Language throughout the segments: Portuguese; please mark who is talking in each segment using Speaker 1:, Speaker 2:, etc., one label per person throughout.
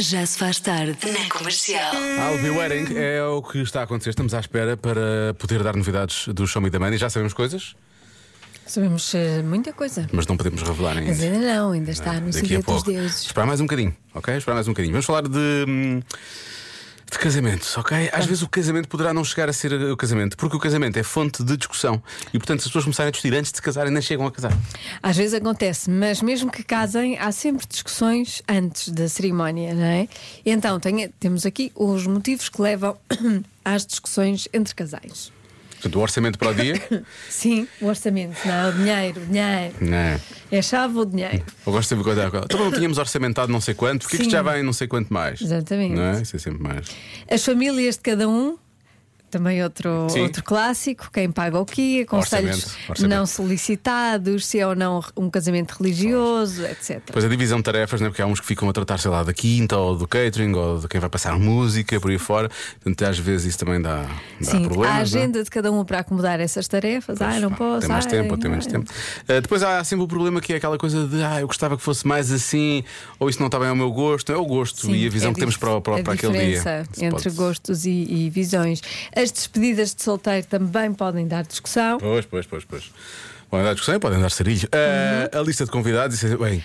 Speaker 1: Já se faz tarde na comercial.
Speaker 2: I'll be waiting é o que está a acontecer. Estamos à espera para poder dar novidades do Show Me the Money. Já sabemos coisas,
Speaker 3: Sabemos eh, muita coisa.
Speaker 2: mas não podemos revelar ainda.
Speaker 3: Mas ainda não, ainda está no
Speaker 2: Daqui a
Speaker 3: segredo dos
Speaker 2: pouco.
Speaker 3: deuses.
Speaker 2: Esperar mais um bocadinho, ok? Esperar mais um bocadinho. Vamos falar de. hum, De casamentos, ok? Às vezes o casamento poderá não chegar a ser uh, o casamento, porque o casamento é fonte de discussão e, portanto, se as pessoas começarem a discutir antes de se casarem, nem chegam a casar.
Speaker 3: Às vezes acontece, mas mesmo que casem, há sempre discussões antes da cerimónia, não é? Então, tenha- temos aqui os motivos que levam às discussões entre casais.
Speaker 2: Portanto, o orçamento para o dia.
Speaker 3: Sim, o orçamento, não, o dinheiro, o dinheiro.
Speaker 2: né?
Speaker 3: É a chave ou o dinheiro?
Speaker 2: Eu gosto de contar. Então, não tínhamos orçamentado não sei quanto, porque é que
Speaker 3: Sim.
Speaker 2: já vem não sei quanto mais?
Speaker 3: Exatamente.
Speaker 2: Não é? Isso é sempre mais.
Speaker 3: As famílias de cada um. Também outro,
Speaker 2: Sim.
Speaker 3: outro clássico, quem paga o quê, conselhos
Speaker 2: Orçamento, orçamento.
Speaker 3: não solicitados, se é ou não um casamento religioso, etc.
Speaker 2: Pois a divisão de tarefas, né? porque há uns que ficam a tratar, sei lá, da quinta ou do catering ou de quem vai passar música por aí fora. Portanto, às vezes isso também dá, dá
Speaker 3: Sim,
Speaker 2: problemas.
Speaker 3: há a
Speaker 2: não é?
Speaker 3: agenda de cada um para acomodar essas tarefas. ah, é, não
Speaker 2: Pá,
Speaker 3: posso.
Speaker 2: Tem mais
Speaker 3: ai,
Speaker 2: tempo ou tem menos
Speaker 3: ai.
Speaker 2: tempo. Ah, depois há sempre o problema que é aquela coisa de ah, eu gostava que fosse mais assim, ou isso não está bem ao meu gosto. É o gosto
Speaker 3: Sim,
Speaker 2: e a visão
Speaker 3: é
Speaker 2: que temos
Speaker 3: dif-
Speaker 2: para, o- para,
Speaker 3: a
Speaker 2: para aquele dia.
Speaker 3: diferença
Speaker 2: Isso
Speaker 3: Entre
Speaker 2: pode-
Speaker 3: gostos e, e visões. As despedidas de solteiro também podem dar discussão.
Speaker 2: Pois, pois, pois, pois. Podem dar discussão e podem dar sarilho. Ah,
Speaker 3: Uhum.
Speaker 2: A lista de convidados, isso é- bem,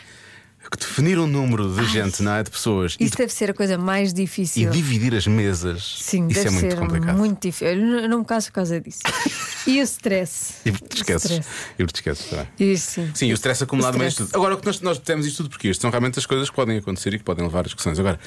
Speaker 2: definir um número de gente, não é? De pessoas e,
Speaker 3: Isso deve ser a coisa mais
Speaker 2: e
Speaker 3: difícil.
Speaker 2: dividir as mesas,
Speaker 3: Sim,
Speaker 2: isso
Speaker 3: deve
Speaker 2: é muito
Speaker 3: ser
Speaker 2: complicado.
Speaker 3: muito difícil. Eu não- não me caso por causa disso. e o stress?
Speaker 2: E te esqueces.
Speaker 3: Stress.
Speaker 2: E te esqueces também.
Speaker 3: Isso. sim.
Speaker 2: Sim, e o stress acumulado
Speaker 3: O
Speaker 2: meio
Speaker 3: stress.
Speaker 2: tudo. Agora, o que nós, nós temos isto tudo porque isto são realmente as coisas que podem acontecer e que podem levar a discussões. Agora,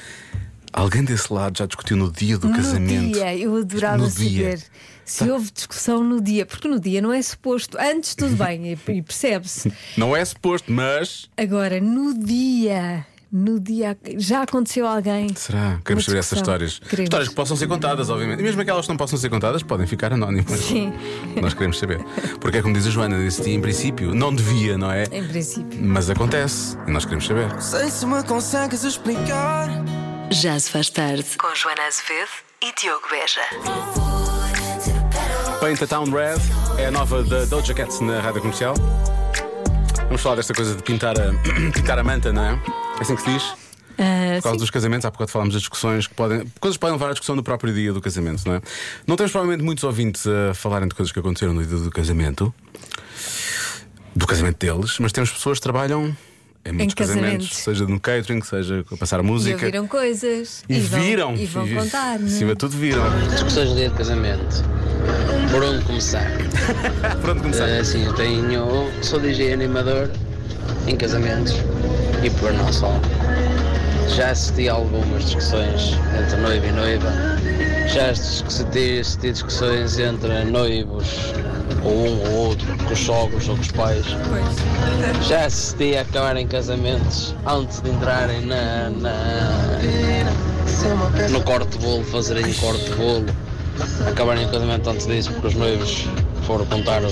Speaker 2: alguém desse lado já discutiu no dia do
Speaker 3: No
Speaker 2: casamento?
Speaker 3: dia, eu adorava
Speaker 2: No dia. Tá.
Speaker 3: saber se houve discussão no dia, porque no dia não é suposto. Antes tudo
Speaker 2: Uhum.
Speaker 3: bem, e- e percebe-se.
Speaker 2: Não é suposto, mas.
Speaker 3: Agora, no dia, no dia já aconteceu alguém.
Speaker 2: Será? Queremos
Speaker 3: Uma
Speaker 2: saber essas
Speaker 3: discussão.
Speaker 2: histórias.
Speaker 3: Queremos.
Speaker 2: Histórias que possam ser contadas, obviamente. E mesmo aquelas que não possam ser contadas podem ficar anónimas.
Speaker 3: Sim.
Speaker 2: Nós queremos saber. Porque é como diz a Joana, desse dia, em princípio, não devia, não é?
Speaker 3: Em princípio.
Speaker 2: Mas acontece. E nós queremos saber.
Speaker 4: Sei se me consegues explicar.
Speaker 1: Já se faz tarde com Joana Azevedo e Diogo Beja.
Speaker 2: Paint a Town Red é a nova da Doja Cat na rádio comercial. Vamos falar desta coisa de pintar a, pintar a manta, não é? É assim que se diz? Por
Speaker 3: Ah,
Speaker 2: causa
Speaker 3: sim.
Speaker 2: dos casamentos, há bocado falámos das discussões que podem. Coisas que podem levar à discussão no próprio dia do casamento, não é? Não temos provavelmente muitos ouvintes a falarem de coisas que aconteceram no dia do casamento, do casamento deles, mas temos pessoas que trabalham em muitos casamentos,
Speaker 3: casamentos.
Speaker 2: seja no catering, seja a passar
Speaker 3: E
Speaker 2: música.
Speaker 3: ouviram coisas.
Speaker 2: E
Speaker 3: vão-
Speaker 2: viram.
Speaker 3: E vão contar. não é?
Speaker 2: Acima de tudo, viram.
Speaker 5: Discussões de dia de casamento. Por onde começar?
Speaker 2: Pronto, começar.
Speaker 5: Eh, Assim, eu tenho. Sou DJ animador em casamentos e por não só. Já assisti a algumas discussões entre noivo e noiva. Já assisti, assisti discussões entre noivos, ou um ou outro, com os sogros ou com os pais. Já assisti a acabarem casamentos antes de entrarem na, na- no corte de bolo, fazerem o corte de bolo. Acabarem o casamento antes disso porque os noivos foram contar o,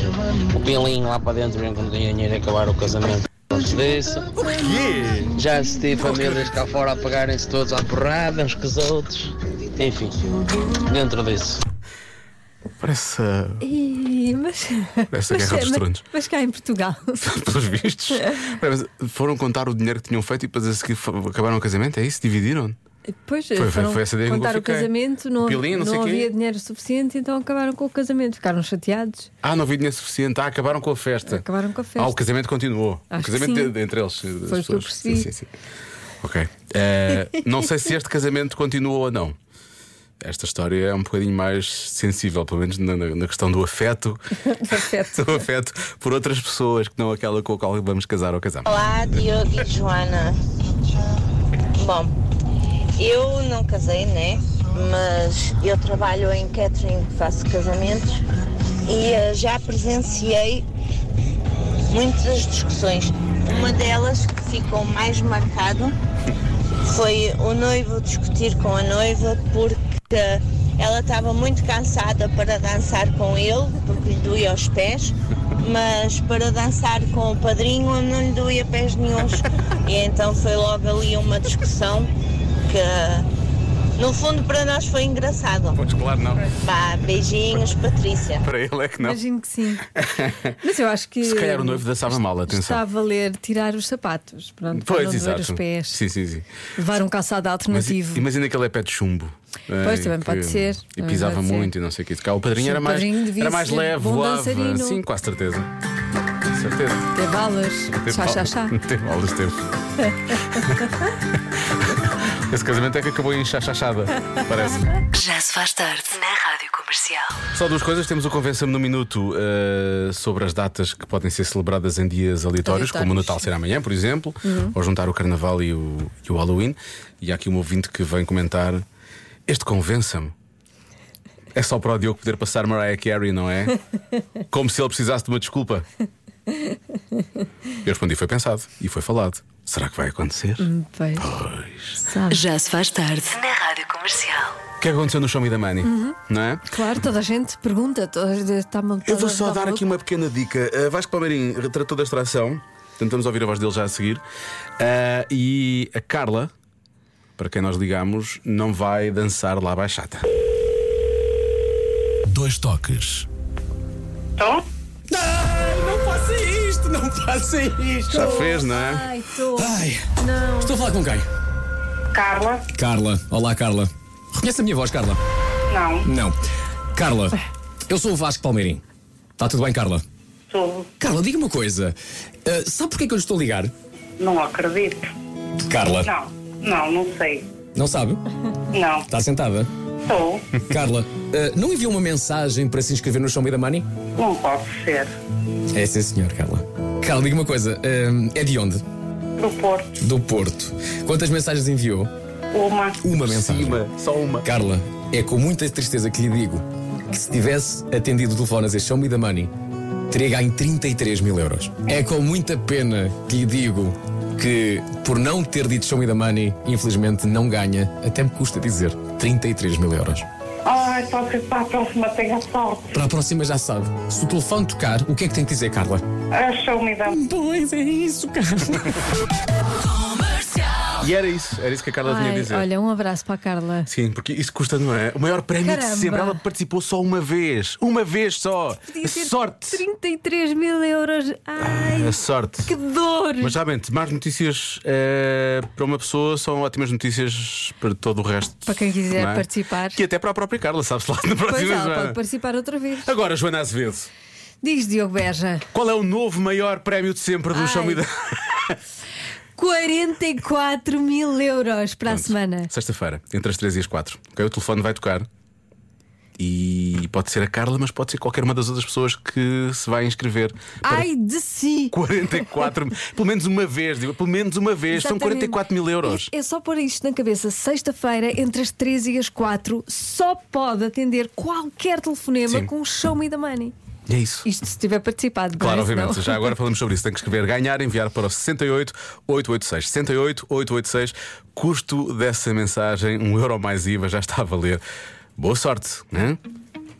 Speaker 5: o pilinho lá para dentro mesmo quando tinham dinheiro e acabar o casamento antes disso. Já assisti famílias cá fora a pegarem-se todos à porrada uns com os outros. Enfim, dentro disso.
Speaker 2: Parece. ah,
Speaker 3: Ih, mas,
Speaker 2: Parece a Guerra dos Tronos.
Speaker 3: mas, mas cá em Portugal.
Speaker 2: pelos vistos. Mas Foram contar o dinheiro que tinham feito e depois a seguir fo- acabaram o casamento, é isso? Dividiram?
Speaker 3: Depois
Speaker 2: foi-
Speaker 3: foram
Speaker 2: foi essa ideia que eu
Speaker 3: contar o
Speaker 2: fiquei.
Speaker 3: casamento, não,
Speaker 2: Pilinho, não sei quê.
Speaker 3: havia dinheiro suficiente, então acabaram com o casamento. Ficaram chateados.
Speaker 2: Ah, não havia dinheiro suficiente. Ah, acabaram com a festa.
Speaker 3: Acabaram com a festa.
Speaker 2: Ah, o casamento continuou.
Speaker 3: Acho
Speaker 2: o
Speaker 3: que
Speaker 2: casamento
Speaker 3: sim.
Speaker 2: de- entre eles. Foi
Speaker 3: que eu percebi.
Speaker 2: Sim, sim, sim. Ok. Eh, não sei se este casamento continuou ou não. Esta história é um bocadinho mais sensível, pelo menos na, na- na questão do afeto,
Speaker 3: Perfeito.
Speaker 2: do afeto por outras pessoas que não aquela com a qual vamos casar ou casar.
Speaker 6: Olá, Diogo e Joana. Bom, eu não casei, né? Mas eu trabalho em catering, faço casamentos e eh, já presenciei muitas discussões. Uma delas que ficou mais marcado foi o noivo discutir com a noiva porque ela estava muito cansada para dançar com ele, porque lhe doía os pés, mas para dançar com o padrinho não lhe doía pés nenhums. E então foi logo ali uma discussão que No fundo, para nós foi engraçado.
Speaker 2: Podes, claro, não.
Speaker 6: Pá, beijinhos, Patrícia.
Speaker 2: Para ele é que não.
Speaker 3: Imagino que sim. Mas eu acho que.
Speaker 2: Se calhar o noivo dançava mal, atenção.
Speaker 3: Está a valer tirar os sapatos. Pronto, para
Speaker 2: Pois,
Speaker 3: não doer
Speaker 2: exato.
Speaker 3: os pés.
Speaker 2: Sim, sim, sim.
Speaker 3: Levar um calçado
Speaker 2: Mas i-
Speaker 3: alternativo.
Speaker 2: imagina que ele é pé de chumbo.
Speaker 3: Pois,
Speaker 2: eh,
Speaker 3: também
Speaker 2: que-
Speaker 3: pode ser,
Speaker 2: E
Speaker 3: também
Speaker 2: pisava
Speaker 3: pode ser.
Speaker 2: muito e não sei o que. Cá, o padrinho
Speaker 3: Sim,
Speaker 2: era
Speaker 3: o
Speaker 2: mais,
Speaker 3: padrinho devia
Speaker 2: era mais
Speaker 3: ser
Speaker 2: leve,
Speaker 3: bom
Speaker 2: voava.
Speaker 3: dançarino.
Speaker 2: Sim, quase certeza. Certeza.
Speaker 3: Ter balas. Chá, chá, chá.
Speaker 2: Teve aulas, teve. Esse casamento é que acabou em chachachada, parece.
Speaker 1: Já se faz tarde na Rádio Comercial.
Speaker 2: Só duas coisas, temos o Convença-me no Minuto eh, sobre as datas que podem ser celebradas em dias
Speaker 3: Aleatórios.
Speaker 2: aleatórios, como o Natal será amanhã, por exemplo, ou juntar o Carnaval e o, e o Halloween. E há aqui um ouvinte que vem comentar: Este Convença-me é só para o Diogo poder passar Mariah Carey, não é? Como se ele precisasse de uma desculpa. Eu respondi: Foi pensado e foi falado. Será que vai acontecer?
Speaker 3: Pois. Sabe.
Speaker 1: Já se faz tarde na Rádio Comercial.
Speaker 2: O que é que aconteceu no Show Me the Money? Não é?
Speaker 3: Claro, toda a gente pergunta. Toda a gente está
Speaker 2: Eu vou
Speaker 3: tá
Speaker 2: só dar aqui uma pequena dica. Uh, Vasco Palmeirim retratou da extração. Tentamos ouvir a voz dele já a seguir. Uh, e a Carla, para quem nós ligamos, não vai dançar lá baixata.
Speaker 7: Dois toques.
Speaker 8: Estou?
Speaker 7: Não faça isto, não faça isto.
Speaker 2: Já fez, não é?
Speaker 3: Ai, tô.
Speaker 7: Ai, estou a falar com quem?
Speaker 8: Carla?
Speaker 7: Carla. Olá, Carla. Reconhece a minha voz, Carla?
Speaker 8: Não.
Speaker 7: Não. Carla, eu sou o Vasco Palmeirim. Está tudo bem, Carla?
Speaker 8: Estou.
Speaker 7: Carla, diga uma coisa. Ah, sabe porquê que eu lhe estou a ligar?
Speaker 8: Não acredito.
Speaker 7: Carla.
Speaker 8: Não. Não, não sei.
Speaker 7: Não sabe?
Speaker 8: Não.
Speaker 7: Está sentada?
Speaker 8: Estou.
Speaker 7: Carla, ah, não enviou uma mensagem para se inscrever no Show Me the Money?
Speaker 8: Não posso ser.
Speaker 7: É sim, senhor, Carla. Carla, diga uma coisa. ah, é de onde?
Speaker 8: Do Porto.
Speaker 7: Do Porto. Quantas mensagens enviou?
Speaker 8: Uma.
Speaker 7: Uma mensagem.
Speaker 2: Uma, só uma.
Speaker 7: Carla, é com muita tristeza que lhe digo que se tivesse atendido o telefone a dizer Show Me the Money, teria ganho 33 mil euros. É com muita pena que lhe digo que, por não ter dito Show Me the Money, infelizmente não ganha, até me custa dizer, 33 mil euros.
Speaker 8: Ai, então que para a próxima tenha sorte.
Speaker 7: Para a próxima já sabe, se o telefone tocar, o que é que tem que dizer, Carla?
Speaker 8: Achou-me da.
Speaker 7: Pois é isso, Carla.
Speaker 2: E era isso, era isso que a Carla tinha a
Speaker 3: Ai,
Speaker 2: dizer.
Speaker 3: olha, um abraço para a Carla.
Speaker 2: Sim, porque isso custa, não é? O maior prémio
Speaker 3: Caramba.
Speaker 2: de sempre. Ela participou só uma vez. Uma vez só. A
Speaker 3: Podia ter
Speaker 2: sorte.
Speaker 3: 33 mil euros. Ai,
Speaker 2: A sorte.
Speaker 3: que dor!
Speaker 2: Ah, é Mas realmente, más notícias eh, para uma pessoa são ótimas notícias para todo o resto.
Speaker 3: Para quem quiser
Speaker 2: não é?
Speaker 3: participar.
Speaker 2: E até para a própria Carla, sabe-se lá na
Speaker 3: Pois
Speaker 2: próxima
Speaker 3: ela
Speaker 2: semana.
Speaker 3: pode participar outra vez.
Speaker 2: Agora, Joana Azevedo,
Speaker 3: Diz Diogo Beja.
Speaker 2: qual é o novo maior prémio de sempre do
Speaker 3: Ai.
Speaker 2: Show Me the...
Speaker 3: 44 mil euros para a semana.
Speaker 2: Sexta-feira, entre as 3 e as 4. ok? O telefone vai tocar. E pode ser a Carla, mas pode ser qualquer uma das outras pessoas que se vai inscrever. para
Speaker 3: Ai de si!
Speaker 2: 44, pelo menos uma vez, digo, pelo menos uma vez, são
Speaker 3: Exatamente.
Speaker 2: 44 mil euros.
Speaker 3: É, é só pôr isto na cabeça. Sexta-feira, entre as 13 e as 4, só pode atender qualquer telefonema
Speaker 2: Sim.
Speaker 3: com um show me the money.
Speaker 2: E é isso.
Speaker 3: Isto se tiver participado.
Speaker 2: Claro,
Speaker 3: não é?
Speaker 2: obviamente.
Speaker 3: Senão-
Speaker 2: Já agora falamos sobre isso. Tem que escrever ganhar, enviar para o 68886. 68886. Custo dessa mensagem, um euro mais IVA, já está a valer. Boa sorte, né?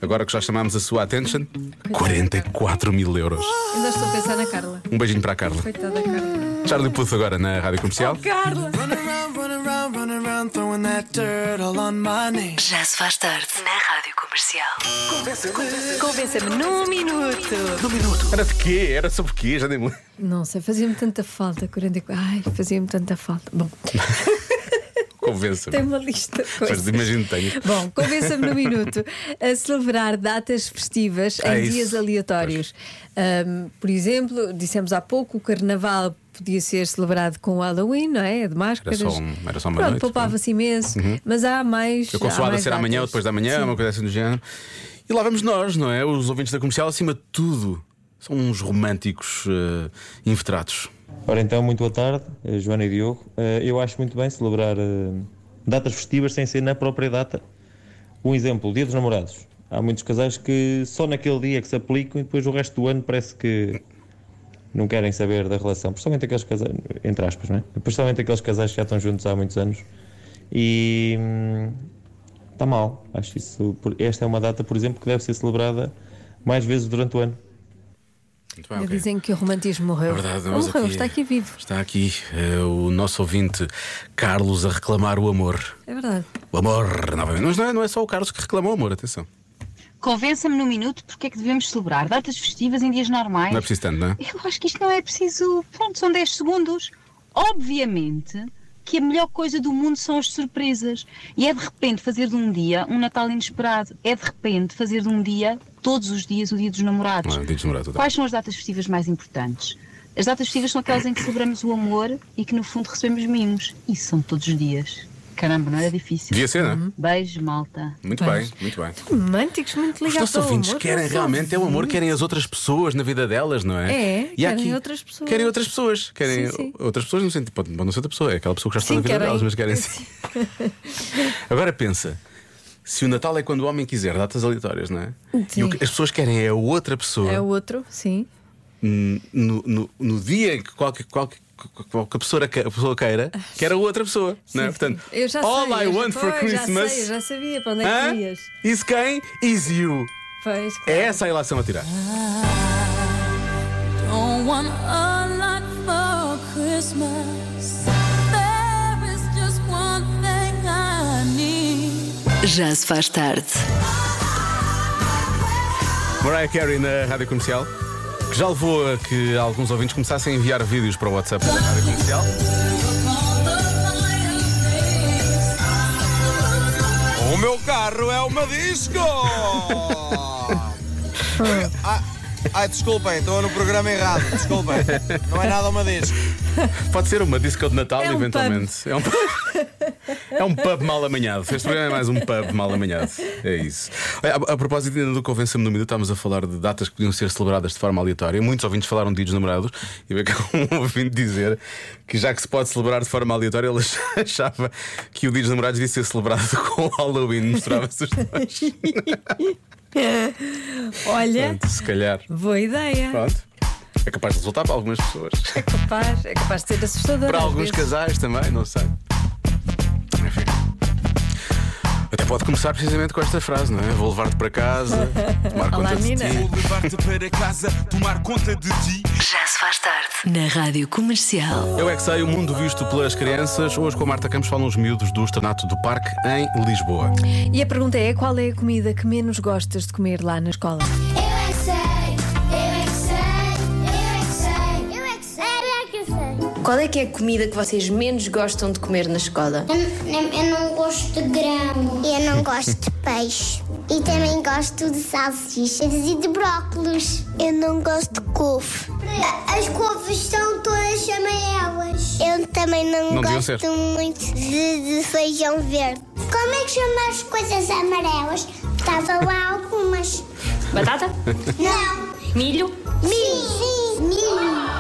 Speaker 2: Agora que já chamámos a sua attention,
Speaker 3: é.
Speaker 2: 44 mil euros.
Speaker 3: Ainda estou a pensar na Carla.
Speaker 2: Um beijinho para a Carla.
Speaker 3: Coitada, Carla.
Speaker 2: Charlie Puth agora na rádio comercial.
Speaker 3: Oh, Carla!
Speaker 4: Run around, run around, run around, throwing that dirt all on my name.
Speaker 1: Já se faz tarde na Rádio Comercial.
Speaker 3: Convença-me num minuto.
Speaker 2: Era de quê? Era sobre quê? Já nem me lembro.
Speaker 3: Não sei, fazia-me tanta falta. 44. Ai, fazia-me tanta falta. Bom, tem
Speaker 2: Convença-me.
Speaker 3: uma lista de
Speaker 2: Mas
Speaker 3: coisas.
Speaker 2: imagino que tenho.
Speaker 3: Bom, convença-me no minuto a celebrar datas festivas
Speaker 2: É
Speaker 3: em
Speaker 2: isso.
Speaker 3: dias aleatórios. Ahm, por exemplo, dissemos há pouco, o carnaval podia ser celebrado com o Halloween, não é? De máscaras.
Speaker 2: Era só um- era só uma
Speaker 3: Pronto,
Speaker 2: noite,
Speaker 3: poupava-se imenso, mas há mais.
Speaker 2: A
Speaker 3: há
Speaker 2: consoada
Speaker 3: mais
Speaker 2: ser
Speaker 3: datas.
Speaker 2: amanhã ou depois da manhã, uma coisa assim do género. E lá vamos nós, não é? Os ouvintes da comercial, acima de tudo, são uns românticos eh, invetrados.
Speaker 9: Ora então, muito boa tarde, eh, Joana e Diogo. Eh, Eu acho muito bem celebrar eh, datas festivas sem ser na própria data. Um exemplo, Dia dos Namorados. Há muitos casais que só naquele dia é que se aplicam e depois o resto do ano parece que não querem saber da relação. Principalmente aqueles casais, entre aspas, não é? Principalmente aqueles casais que já estão juntos há muitos anos. E está mal. Acho isso. por- Esta é uma data, por exemplo, que deve ser celebrada mais vezes durante o ano.
Speaker 2: Muito
Speaker 3: Ainda
Speaker 2: bem, ok.
Speaker 3: Dizem que o romantismo morreu.
Speaker 2: É verdade,
Speaker 3: Não
Speaker 2: mas
Speaker 3: morreu, está aqui vivo.
Speaker 2: Está aqui eh, o nosso ouvinte Carlos a reclamar o amor.
Speaker 3: É verdade.
Speaker 2: O amor, novamente. Mas não é, não é só o Carlos que reclamou amor, atenção.
Speaker 10: Convença-me num minuto porque é que devemos celebrar datas festivas em dias normais.
Speaker 2: Não é preciso tanto, não é?
Speaker 10: Eu acho que isto não é preciso. Pronto, são 10 segundos. Obviamente que a melhor coisa do mundo são as surpresas. E é de repente fazer de um dia um Natal inesperado. É de repente fazer de um dia, todos os dias, o Dia dos Namorados.
Speaker 2: Ah, o Dia dos Namorados, tá.
Speaker 10: Quais são as datas festivas mais importantes? As datas festivas são aquelas em que celebramos o amor e que no fundo recebemos mimos. Isso são todos os dias. Caramba, não era difícil.
Speaker 2: Devia ser,
Speaker 3: Uhum.
Speaker 2: não é?
Speaker 10: Beijo, malta.
Speaker 2: Muito bem, muito bem.
Speaker 3: Românticos, muito
Speaker 2: É. Os
Speaker 3: ligados
Speaker 2: nossos
Speaker 3: ao
Speaker 2: ouvintes
Speaker 3: amor,
Speaker 2: querem
Speaker 3: não
Speaker 2: realmente é o amor,
Speaker 3: ouvintes.
Speaker 2: querem as outras pessoas na vida delas, não é?
Speaker 3: É,
Speaker 2: E
Speaker 3: querem
Speaker 2: aqui-
Speaker 3: outras pessoas.
Speaker 2: Querem outras pessoas. Querem
Speaker 3: Sim, sim.
Speaker 2: outras pessoas no sentido. Pode, pode não ser outra pessoa, é aquela pessoa que já está
Speaker 3: Sim,
Speaker 2: na vida
Speaker 3: querem. É
Speaker 2: delas, mas querem sim. Agora pensa. Se o Natal é quando o homem quiser, datas aleatórias, não é? E o que as pessoas querem é a outra pessoa
Speaker 3: É o outro, sim.
Speaker 2: hum, no, no, no dia em que qualquer, qualquer, qualquer pessoa, que, a pessoa queira, quer a outra pessoa, não é?
Speaker 3: Sim,
Speaker 2: Portanto,
Speaker 3: sim. eu já
Speaker 2: all
Speaker 3: sei,
Speaker 2: I
Speaker 3: eu já-
Speaker 2: want for
Speaker 3: pois,
Speaker 2: Christmas.
Speaker 3: Já, sei, eu já sabia para onde é que
Speaker 2: Hã?
Speaker 3: ias.
Speaker 2: Is quem? Is you.
Speaker 3: Pois, claro.
Speaker 2: É essa a ilação a tirar.
Speaker 11: Don't want a lot for Christmas. There is just one thing I need.
Speaker 1: Já se faz tarde.
Speaker 2: Mariah Carey na rádio comercial, que já levou a que alguns ouvintes começassem a enviar vídeos para o WhatsApp da rádio comercial.
Speaker 4: O meu carro é uma disco! Ah, Ai, desculpem, estou no programa errado. Desculpem, não é nada uma disco.
Speaker 2: Pode ser uma disco de Natal,
Speaker 3: É um
Speaker 2: eventualmente. É um pub. é um pub mal amanhado. Este programa é mais um pub mal amanhado. É isso. Olha, A, a propósito ainda do Convença-me no Minuto, estávamos a falar de datas que podiam ser celebradas de forma aleatória. Muitos ouvintes falaram de dias namorados e veio cá um ouvinte dizer que já que se pode celebrar de forma aleatória, ele achava que o dia dos namorados devia ser celebrado com o Halloween. Mostrava-se os dois.
Speaker 3: Olha,
Speaker 2: Portanto, Se calhar.
Speaker 3: boa ideia.
Speaker 2: Pronto. É capaz de resultar para algumas pessoas.
Speaker 3: É capaz, é capaz de ser assustador.
Speaker 2: Para
Speaker 3: às
Speaker 2: alguns
Speaker 3: vezes.
Speaker 2: casais também, não sei. Enfim. Até pode começar precisamente com esta frase, não é? Vou levar-te para casa, tomar
Speaker 3: Olá,
Speaker 2: conta de
Speaker 3: Nina.
Speaker 2: ti.
Speaker 4: levar-te para casa, tomar conta de ti.
Speaker 1: Já se faz tarde. Na rádio comercial.
Speaker 2: Eu é que sei, o mundo visto pelas crianças. Hoje com a Marta Campos falam os miúdos do Estanato do Parque em Lisboa.
Speaker 3: E a pergunta é: qual é a comida que menos gostas de comer lá na escola?
Speaker 11: Eu é que sei, eu é que sei, eu é que sei, eu é que sei, eu é que sei.
Speaker 10: Qual é que é a comida que vocês menos gostam de comer na escola?
Speaker 11: Eu, não gosto de grama. Eu não gosto de peixe. E também gosto de salsichas e de brócolos. Eu não gosto de couve. As couves são todas amarelas. Eu também não,
Speaker 2: Não deviam
Speaker 11: gosto
Speaker 2: ser.
Speaker 11: muito de, de feijão verde. Como é que chama as coisas amarelas? Estava lá algumas.
Speaker 10: Batata?
Speaker 11: Não.
Speaker 10: Milho?
Speaker 11: Milho. milho.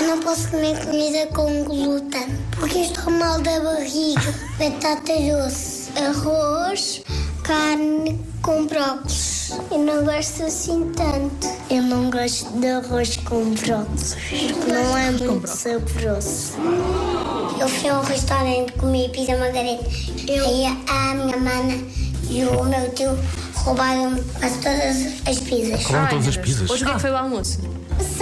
Speaker 11: Eu não posso comer comida com glúten, porque estou mal da barriga. Batata doce, arroz, carne com brócolis. Eu não gosto assim tanto. Eu não gosto de arroz com brócolis. Não é muito saboroso. Eu fui a um restaurante comer pizza margarita. Eu e a minha mana e o meu tio roubaram quase todas as pizzas
Speaker 2: Falam todas as pizzas.
Speaker 10: o que é que foi o almoço?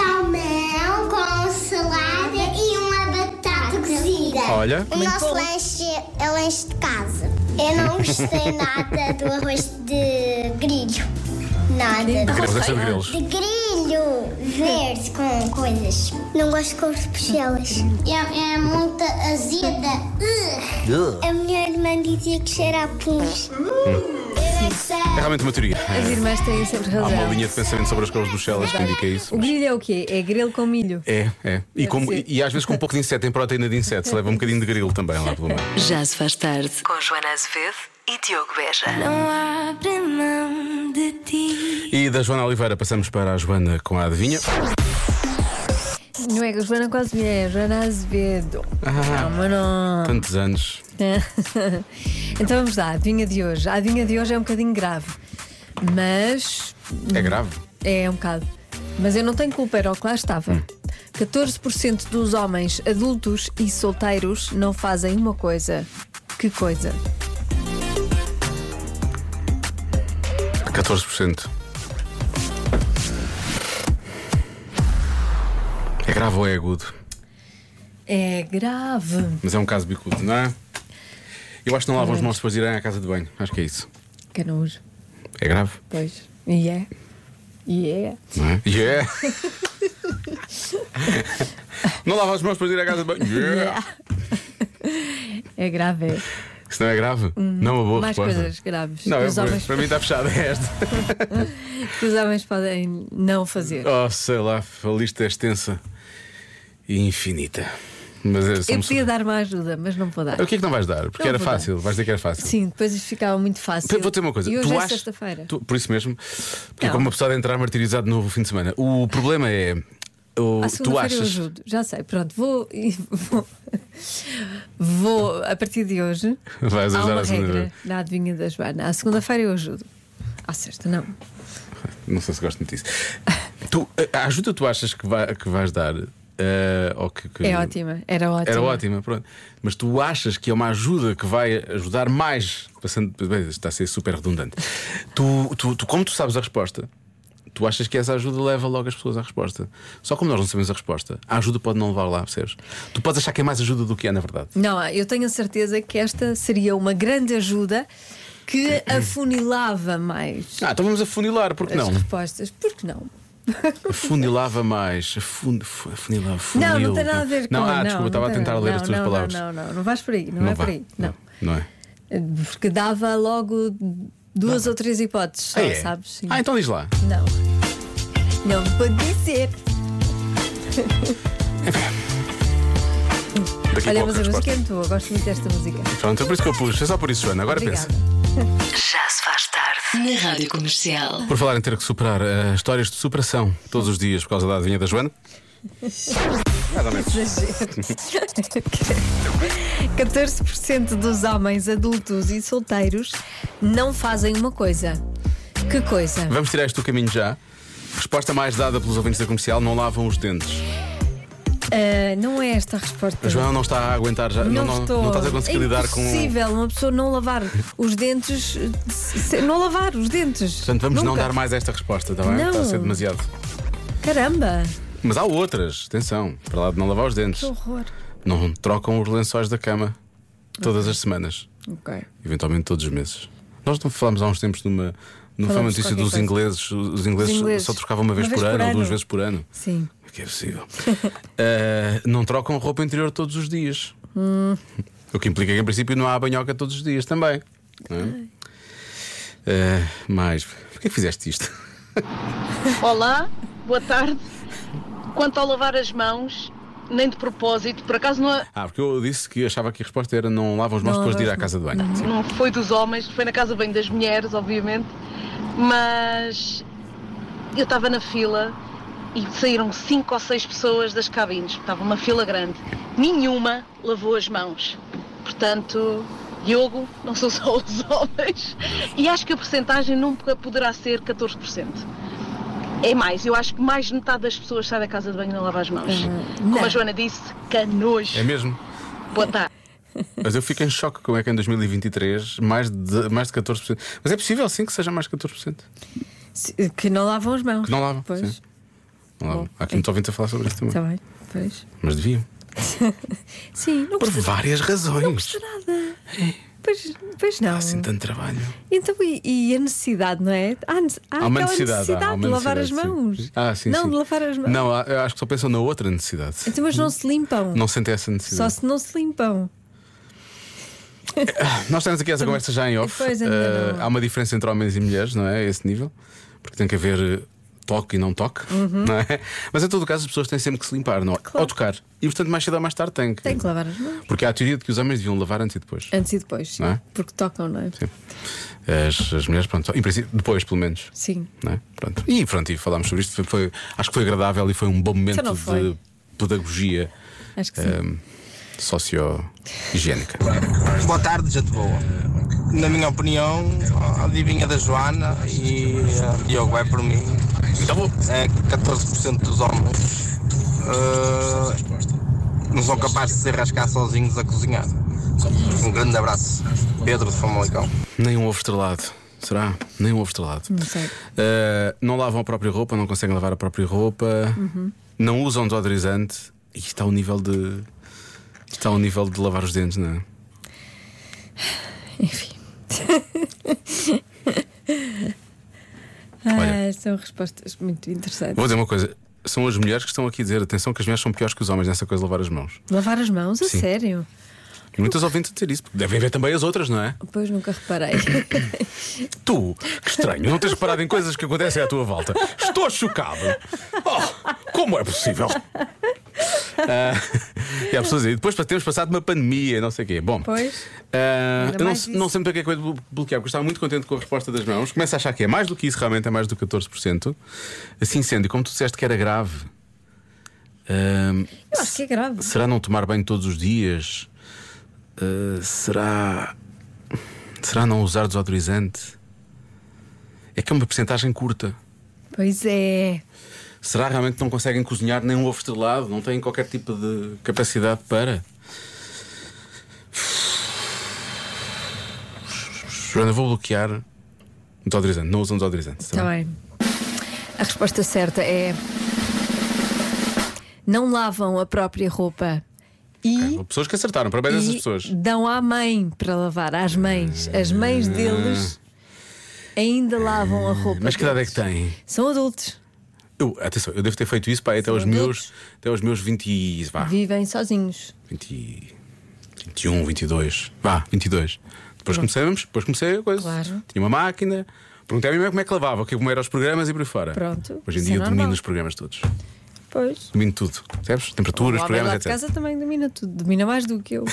Speaker 11: salmão com salada e uma batata cozida.
Speaker 2: Olha.
Speaker 11: O nosso lanche é lanche de casa. Eu não gostei nada do arroz de grilho. Nada.
Speaker 2: Queremos essa Ah, de grelos.
Speaker 11: De grilho verde com coisas. Não gosto de couves puxelas. É, é muito azeda. A minha irmã dizia que cheira a pus. Eu é que sei.
Speaker 2: Hum. É realmente uma teoria.
Speaker 3: As irmãs têm sempre
Speaker 2: Há uma
Speaker 3: razão.
Speaker 2: linha de pensamento sobre as cores dos celas que indica isso.
Speaker 3: O grelho é o quê? É grelho com milho.
Speaker 2: É, é. E, como-
Speaker 3: ser.
Speaker 2: e às vezes com um pouco de inseto, tem proteína de inseto, se leva um bocadinho de grilo também lá pelo meio.
Speaker 1: Já se faz tarde. Com Joana Azevedo e Diogo Beja.
Speaker 11: Não abre mão de ti.
Speaker 2: E da Joana Oliveira passamos para a Joana com a adivinha.
Speaker 3: Não é que a Joana quase me é, Joana Azevedo.
Speaker 2: Ah.
Speaker 3: Calma, não.
Speaker 2: Tantos anos.
Speaker 3: então vamos lá, a adivinha de hoje. A adivinha de hoje é um bocadinho grave, mas
Speaker 2: É grave.
Speaker 3: É, um bocado. Mas eu não tenho culpa, era o que lá estava.
Speaker 2: Hum.
Speaker 3: 14% dos homens adultos e solteiros não fazem uma coisa. Que coisa?
Speaker 2: 14%. É grave ou é agudo?
Speaker 3: É grave.
Speaker 2: Mas é um caso bicudo, não é? Eu acho que não lavam as mãos depois de irem à casa de banho. Acho que é isso.
Speaker 3: Canojo,
Speaker 2: É grave,
Speaker 3: pois. E é. E é.
Speaker 2: não é? Yeah! não lavam as mãos depois de ir à casa de banho. Yeah!
Speaker 3: É grave. é.
Speaker 2: Isso não é grave? Não é uma boa
Speaker 3: Hum, Mais
Speaker 2: resposta.
Speaker 3: coisas graves
Speaker 2: Não,
Speaker 3: que,
Speaker 2: eu-
Speaker 3: os homens,
Speaker 2: para mim está fechada é esta.
Speaker 3: que os homens podem não fazer.
Speaker 2: Oh, sei lá, a lista é extensa e infinita. Mas é,
Speaker 3: Eu
Speaker 2: somos-
Speaker 3: podia dar uma ajuda, mas não vou dar.
Speaker 2: O que é que não vais dar? Porque
Speaker 3: Não
Speaker 2: era
Speaker 3: vou dar.
Speaker 2: fácil, vais dizer que era fácil.
Speaker 3: Sim, depois isto ficava muito fácil.
Speaker 2: Vou ter uma coisa.
Speaker 3: E hoje
Speaker 2: tu
Speaker 3: é
Speaker 2: achas-
Speaker 3: sexta-feira.
Speaker 2: tu- Por isso mesmo, porque
Speaker 3: Não.
Speaker 2: como uma pessoa de entrar martirizado no fim de semana. O problema é. o-
Speaker 3: À
Speaker 2: tu
Speaker 3: segunda-feira eu
Speaker 2: achas.
Speaker 3: ajudo. Já sei, pronto, vou. Vou, vou a partir de hoje.
Speaker 2: Vais
Speaker 3: há
Speaker 2: ajudar
Speaker 3: uma regra
Speaker 2: à segunda-feira.
Speaker 3: na adivinha da Joana. À segunda-feira eu ajudo. À sexta, não.
Speaker 2: Não sei se gosto muito disso. tu, a ajuda tu achas que, vai- que vais dar? eh, ou que, que-
Speaker 3: É ótima, era ótima.
Speaker 2: Era ótima, pronto. Mas tu achas que é uma ajuda que vai ajudar mais? Passando, bem, está a ser super redundante. Tu, tu, tu, como tu sabes a resposta, tu achas que essa ajuda leva logo as pessoas à resposta. Só como nós não sabemos a resposta, a ajuda pode não levar lá, percebes? Tu podes achar que é mais ajuda do que é, na verdade.
Speaker 3: Não, eu tenho a certeza que esta seria uma grande ajuda que afunilava mais
Speaker 2: Ah, então vamos afunilar, porque
Speaker 3: as
Speaker 2: não?
Speaker 3: respostas. Por que não?
Speaker 2: Afunilava mais. Afun, fu- afunilava, funil.
Speaker 3: Não, não tem nada a ver com
Speaker 2: Não, ah,
Speaker 3: não,
Speaker 2: desculpa,
Speaker 3: não
Speaker 2: estava a
Speaker 3: tem
Speaker 2: tentar
Speaker 3: nada.
Speaker 2: ler
Speaker 3: não,
Speaker 2: as tuas
Speaker 3: não,
Speaker 2: palavras.
Speaker 3: Não, não, não, não vais por aí, não,
Speaker 2: Não
Speaker 3: é por
Speaker 2: vá,
Speaker 3: aí. Não. Eh,
Speaker 2: Não é?
Speaker 3: Porque dava logo duas ou três hipóteses, só,
Speaker 2: Ah, é?
Speaker 3: sabes? Sim.
Speaker 2: Ah, então diz lá.
Speaker 3: Não. Não pode dizer.
Speaker 2: Daqui
Speaker 3: Olha, mas
Speaker 2: pouco a
Speaker 3: a música
Speaker 2: resposta.
Speaker 3: é muito boa, gosto muito desta música.
Speaker 2: Pronto, é por isso que eu pus. É só por isso, Joana. Agora
Speaker 3: Obrigada.
Speaker 2: pensa.
Speaker 1: Já se faz tarde. Na Rádio Comercial.
Speaker 2: Por falar em ter que superar eh, histórias de superação todos os dias por causa da adivinha da Joana. Mais ou menos.
Speaker 3: Exagero. 14% dos homens adultos e solteiros não fazem uma coisa. Que coisa?
Speaker 2: Vamos tirar isto do caminho já. Resposta mais dada pelos ouvintes da comercial: não lavam os dentes.
Speaker 3: Ah, não é esta a resposta.
Speaker 2: A Joana não está a aguentar já. Não, não,
Speaker 3: estou.
Speaker 2: não estás a conseguir
Speaker 3: é
Speaker 2: lidar com.
Speaker 3: impossível uma pessoa não lavar os dentes. se- Não lavar os dentes.
Speaker 2: Portanto, vamos não
Speaker 3: Nunca.
Speaker 2: dar mais esta resposta, está bem?
Speaker 3: Não.
Speaker 2: Está a ser demasiado.
Speaker 3: Caramba,
Speaker 2: Mas há outras, atenção, para lá de não lavar os dentes.
Speaker 3: que horror.
Speaker 2: Não trocam os lençóis da cama todas as semanas,
Speaker 3: Ok.
Speaker 2: eventualmente todos os meses. Nós não falámos há uns tempos numa. Não foi uma
Speaker 3: Falamos
Speaker 2: notícia
Speaker 3: qualquer
Speaker 2: dos
Speaker 3: coisa.
Speaker 2: ingleses, os ingleses,
Speaker 3: Os ingleses.
Speaker 2: só trocavam uma vez, por, ano, ou duas vezes por ano.
Speaker 3: Sim.
Speaker 2: Como é Que é possível. Ah, não trocam roupa interior todos os dias. O que implica que, em princípio, não há banhoca todos os dias também. não é? Ah, mas, porquê que fizeste isto?
Speaker 12: Olá, boa tarde. Quanto ao lavar as mãos, nem de propósito, por acaso não,
Speaker 2: Ah, porque eu disse que achava que a resposta era não lavam as mãos
Speaker 12: Não
Speaker 2: depois de ir
Speaker 12: lavam
Speaker 2: à
Speaker 12: as
Speaker 2: casa de banho.
Speaker 12: não foi dos homens, foi na casa bem das mulheres, obviamente, mas eu estava na fila e saíram cinco ou seis pessoas das cabines, estava uma fila grande. Nenhuma lavou as mãos. Portanto, Diogo, não são só os homens. E acho que a porcentagem nunca poderá ser 14%. É mais, eu acho que mais de metade das pessoas sai da casa de banho e não lava as mãos.
Speaker 10: Ah,
Speaker 12: Como a Joana disse, canojo.
Speaker 2: É mesmo?
Speaker 12: Boa tarde.
Speaker 2: Mas eu fico em choque como é que em 2023 mais de, mais de 14%. Mas é possível sim que seja mais de 14%.
Speaker 3: Se- Que não lavam as mãos.
Speaker 2: Que não lavam.
Speaker 3: Pois.
Speaker 2: sim. Não lavam. Há
Speaker 3: é.
Speaker 2: aqui muitos ouvintes a falar sobre isso também.
Speaker 3: Está bem. Pois.
Speaker 2: Mas deviam.
Speaker 3: Sim, não
Speaker 2: Por É.
Speaker 3: custa-
Speaker 2: várias razões.
Speaker 3: Não custa nada. Pois, pois não.
Speaker 2: Assim tanto trabalho.
Speaker 3: Então, e, e a necessidade, não é? Há, nece- há
Speaker 2: uma
Speaker 3: aquela
Speaker 2: necessidade, há
Speaker 3: necessidade,
Speaker 2: uma
Speaker 3: de lavar as
Speaker 2: necessidade,
Speaker 3: mãos.
Speaker 2: sim. Ah, sim,
Speaker 3: Não,
Speaker 2: sim.
Speaker 3: de lavar as mãos.
Speaker 2: Não, há- eu acho que só pensam na outra necessidade.
Speaker 3: Então, mas não se limpam.
Speaker 2: Não sentem essa
Speaker 3: Só
Speaker 2: necessidade.
Speaker 3: se não se limpam.
Speaker 2: Nós temos aqui essa conversa já em off.
Speaker 3: Pois, ainda
Speaker 2: Eh,
Speaker 3: não.
Speaker 2: há uma diferença entre homens e mulheres, não é? A esse nível. Porque tem que haver eh, toque e não toque.
Speaker 3: Uhum.
Speaker 2: Não é? Mas em todo o caso, as pessoas têm sempre que se limpar, não? é? Ou tocar. E portanto, mais cedo ou mais tarde têm que.
Speaker 3: Tem que lavar as mãos.
Speaker 2: Porque há a teoria de que os homens deviam lavar antes e depois.
Speaker 3: Antes e depois, sim.
Speaker 2: Não é?
Speaker 3: Porque tocam, não é?
Speaker 2: Sim. As, as mulheres, pronto, em princípio, depois, pelo menos.
Speaker 3: Sim.
Speaker 2: Não é? Pronto. E pronto, e falámos sobre isto. Foi, foi- acho que foi agradável e foi um bom momento
Speaker 3: Então não
Speaker 2: de
Speaker 3: foi.
Speaker 2: pedagogia
Speaker 3: Acho que sim.
Speaker 2: ehm, socio-higiênica.
Speaker 4: Boa tarde, gente boa. Na minha opinião, a adivinha da Joana e a Diogo vai por mim. É que 14% dos homens ah, não são capazes de se rascar sozinhos a cozinhar. Um grande abraço. Pedro de Famalicão.
Speaker 2: Nem um ovo estrelado. Será? Nem um ovo estrelado.
Speaker 3: Não sei.
Speaker 2: Eh, não lavam a própria roupa, não conseguem lavar a própria roupa, não usam desodorizante. E está ao nível de. Está ao nível de lavar os dentes, não é?
Speaker 3: Enfim.
Speaker 2: Olha.
Speaker 3: Ah, são respostas muito interessantes.
Speaker 2: Vou dizer uma coisa: são as mulheres que estão aqui a dizer, atenção, que as mulheres são piores que os homens nessa coisa de lavar as mãos.
Speaker 3: Lavar as mãos? A
Speaker 2: Sim.
Speaker 3: sério?
Speaker 2: E muitas ouvintes a dizer isso, porque devem ver também as outras, não é?
Speaker 3: Pois nunca reparei.
Speaker 2: Tu, que estranho, não tens reparado em coisas que acontecem à tua volta. Estou chocado. Oh, como é possível? Ah, e há pessoas aí, depois temos passado uma pandemia, não sei o quê. Bom,
Speaker 3: Pois.
Speaker 2: ah,
Speaker 3: Ainda
Speaker 2: eu não,
Speaker 3: mais
Speaker 2: não sei muito o que é que eu ia bloquear, porque estava muito contente com a resposta das mãos. Começo a achar que é mais do que isso, realmente é mais do que 14%. Assim sendo, e como tu disseste que era grave, ah,
Speaker 3: Eu acho que é grave.
Speaker 2: Será não tomar banho todos os dias? Ah, será. Será não usar desodorizante? É que é uma porcentagem curta.
Speaker 3: Pois é.
Speaker 2: Será realmente que não conseguem cozinhar nem um ovo estrelado? Não têm qualquer tipo de capacidade para? Joana, vou bloquear desodorizante. Não usam desodorizante. tá
Speaker 3: Está bem. A resposta certa é. Não lavam a própria roupa. E,
Speaker 2: bem? Pessoas que acertaram, parabéns a essas
Speaker 3: e
Speaker 2: pessoas.
Speaker 3: dão à mãe para lavar, às mães. As mães deles ainda lavam a roupa.
Speaker 2: Ah. Mas que idade é que têm?
Speaker 3: São adultos,
Speaker 2: Eu, atenção, eu devo ter feito isso pá, até, os meus, até os meus 20. e- Vá,
Speaker 3: vivem sozinhos.
Speaker 2: 20, 21, 22. Vá, 22. Depois começamos, depois comecei a coisa.
Speaker 3: Claro.
Speaker 2: Tinha uma máquina. Perguntei à minha mãe como é que lavava, que- como eram os programas e por aí fora.
Speaker 3: Pronto,
Speaker 2: Hoje em
Speaker 3: isso
Speaker 2: dia
Speaker 3: é
Speaker 2: eu domino
Speaker 3: normal.
Speaker 2: os programas todos.
Speaker 3: Pois.
Speaker 2: Domino tudo. Percebes?
Speaker 3: o homem
Speaker 2: Temperaturas,
Speaker 3: lá
Speaker 2: programas,
Speaker 3: de
Speaker 2: etc.
Speaker 3: casa também domina tudo, domina mais do que eu.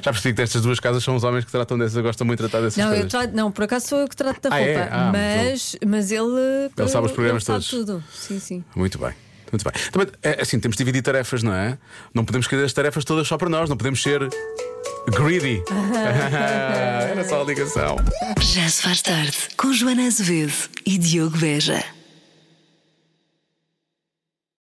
Speaker 2: Já percebi que destas duas casas são os homens que tratam dessas, gostam muito de tratar dessas
Speaker 3: não, eu
Speaker 2: coisas.
Speaker 3: trato- não, por acaso sou eu que trato da
Speaker 2: Ah,
Speaker 3: roupa,
Speaker 2: é? Ah, mas
Speaker 3: mas, mas ele.
Speaker 2: Ele sabe os programas
Speaker 3: ele sabe
Speaker 2: todos.
Speaker 3: tudo. Sim, sim.
Speaker 2: Muito bem. Muito bem. Também, é, assim, temos de dividir tarefas, não é? Não podemos querer as tarefas todas só para nós, não podemos ser greedy. Era só a ligação.
Speaker 1: Já se faz tarde com Joana Azevedo e Diogo Veja.